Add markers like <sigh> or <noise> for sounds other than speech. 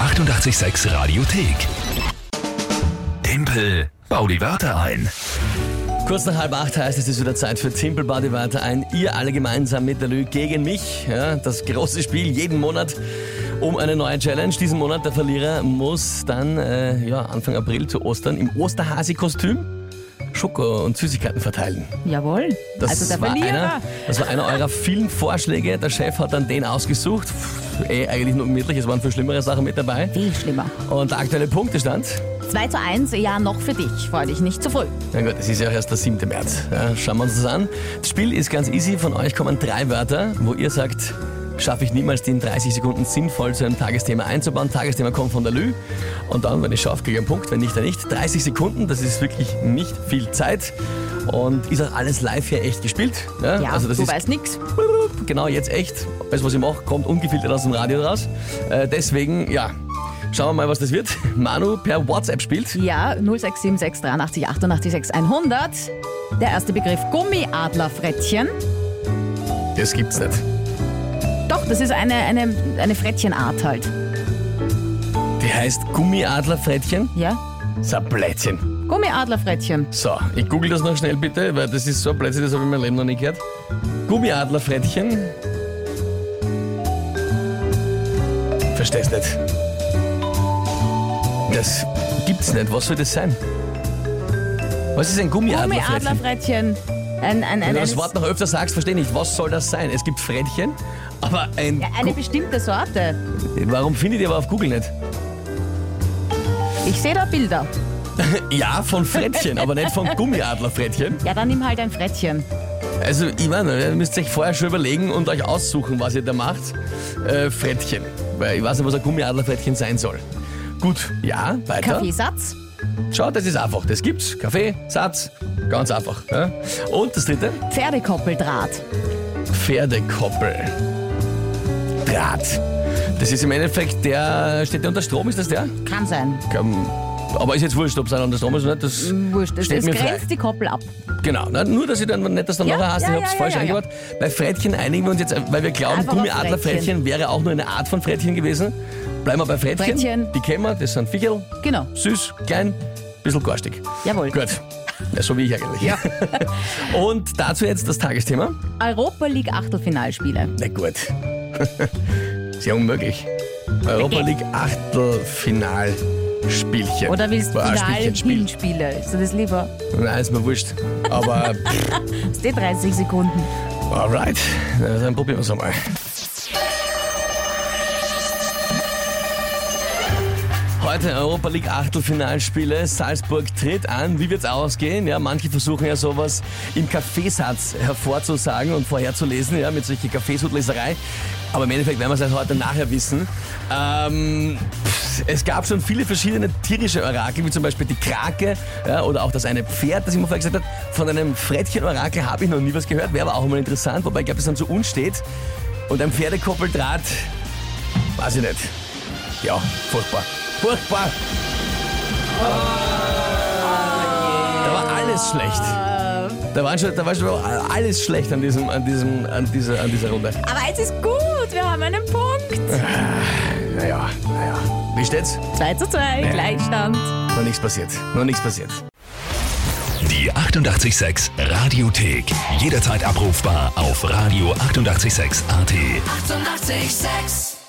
886 Radiothek. Tempel, bau die Wörter ein. Kurz nach halb acht heißt es, es ist wieder Zeit für Simple Body weiter ein. Ihr alle gemeinsam mit der Lü gegen mich. Ja, das große Spiel jeden Monat um eine neue Challenge. Diesen Monat der Verlierer muss dann äh, ja, Anfang April zu Ostern im Osterhasi-Kostüm Schoko und Süßigkeiten verteilen. Jawohl. Das, also der war Verlierer. einer, das war einer eurer vielen Vorschläge. Der Chef hat dann den ausgesucht. Pff, eh, eigentlich nur gemütlich, es waren viel schlimmere Sachen mit dabei. Viel schlimmer. Und der aktuelle Punktestand? 2 zu 1, ja, noch für dich. Freu dich nicht zu früh. Na gut, es ist ja auch erst der 7. März. Ja, schauen wir uns das an. Das Spiel ist ganz easy. Von euch kommen drei Wörter, wo ihr sagt, schaffe ich niemals, die in 30 Sekunden sinnvoll zu einem Tagesthema einzubauen. Tagesthema kommt von der Lü. Und dann, wenn ich schaffe, kriege ich einen Punkt. Wenn nicht, dann nicht. 30 Sekunden, das ist wirklich nicht viel Zeit. Und ist auch alles live hier echt gespielt. Ja, Ja, also das du ist weißt nichts. genau jetzt echt. Alles, was ich mache, kommt ungefiltert aus dem Radio raus. Äh, deswegen, ja, schauen wir mal, was das wird. Manu per WhatsApp spielt. Ja, 0676 83 88 6 100. Der erste Begriff Gummiadlerfrettchen. Das gibt's nicht. Doch, das ist eine, eine, eine Frettchenart halt. Die heißt Gummiadlerfrettchen. Ja? So ein Plätzchen. Gummiadlerfrettchen. So, ich google das noch schnell bitte, weil das ist so ein Plätzchen, das habe ich in meinem Leben noch nie gehört. Gummiadlerfrettchen. Verstehst nicht. Das gibt's nicht. Was soll das sein? Was ist ein Gummiadlerfrettchen? Gummiadlerfrettchen. Ein, ein, Wenn ein, du das eines- Wort noch öfter sagst, verstehe ich nicht. Was soll das sein? Es gibt Frettchen, aber ein. ja, eine bestimmte Sorte. Gu- Warum findet ihr aber auf Google nicht? Ich sehe da Bilder. Ja, von Frettchen, aber nicht <laughs> von Gummiadlerfrettchen. Ja, dann nimm halt ein Frettchen. Also, ich meine, ihr müsst euch vorher schon überlegen und euch aussuchen, was ihr da macht. Äh, Frettchen. Weil ich weiß nicht, was ein Gummiadlerfrettchen sein soll. Gut, ja, weiter. Kaffeesatz. Schau, das ist einfach. Das gibt's. Kaffee, Satz, ganz einfach. Ja. Und das dritte? Pferdekoppeldraht. Pferdekoppel. Draht. Das ist im Endeffekt der, steht der unter Strom, ist das der? Kann sein. Ähm, Aber ist jetzt wurscht, ob es einer unter Strom ist oder nicht. Das Wurscht, es, steht es mir frei. grenzt die Koppel ab. Genau, na, nur dass ich dann nicht das dann Ja, nachher hast, ja, ich hab's ja, falsch ja, ja, eingebaut. Bei Frettchen einigen wir uns jetzt, weil wir glauben, Einfach auf Gummiadlerfrettchen Frettchen. wäre auch nur eine Art von Frettchen gewesen. Bleiben wir bei Frettchen. Frettchen. Die kennen wir, das sind Fichel, Genau. süß, klein, bisschen garstig. Jawohl. Gut. Ja, so wie ich eigentlich. Ja. <laughs> Und dazu jetzt das Tagesthema. Europa League Achtelfinalspiele. Na gut. <laughs> Ist ja unmöglich. Europa League Achtelfinalspielchen. Oder willst du Ah, Final Spielchen, Spiel. Hinspiele? Ist dir das lieber? Nein, ist mir wurscht. Aber <laughs> Ist die 30 Sekunden. Alright, Na, dann probieren wir es einmal. Heute Europa League Achtelfinalspiele. Salzburg tritt an. Wie wird's ausgehen? Ja, manche versuchen ja sowas im Kaffeesatz hervorzusagen und vorherzulesen, ja, mit solcher Kaffeesudleserei. Aber im Endeffekt werden wir es erst heute nachher wissen. Ähm, pff, es gab schon viele verschiedene tierische Orakel, wie zum Beispiel die Krake ja, oder auch das eine Pferd, das ich mir vorher gesagt habe. Von einem Frettchen-Orakel habe ich noch nie was gehört, wäre aber auch mal interessant, wobei ich glaube, das dann so unstet. Und ein Pferdekoppeldraht, weiß ich nicht. Ja, furchtbar. Furchtbar. Da war alles schlecht. Da, waren schon, da war schon alles schlecht an, diesem, an, diesem, an, dieser, an dieser Runde. Aber es ist gut, wir haben einen Punkt. Naja, naja. Wie steht's? 2 zu 2, Gleichstand. Noch nichts passiert. Noch nichts passiert. Die 886 Radiothek. Jederzeit abrufbar auf radio886.at. 886! 886. 886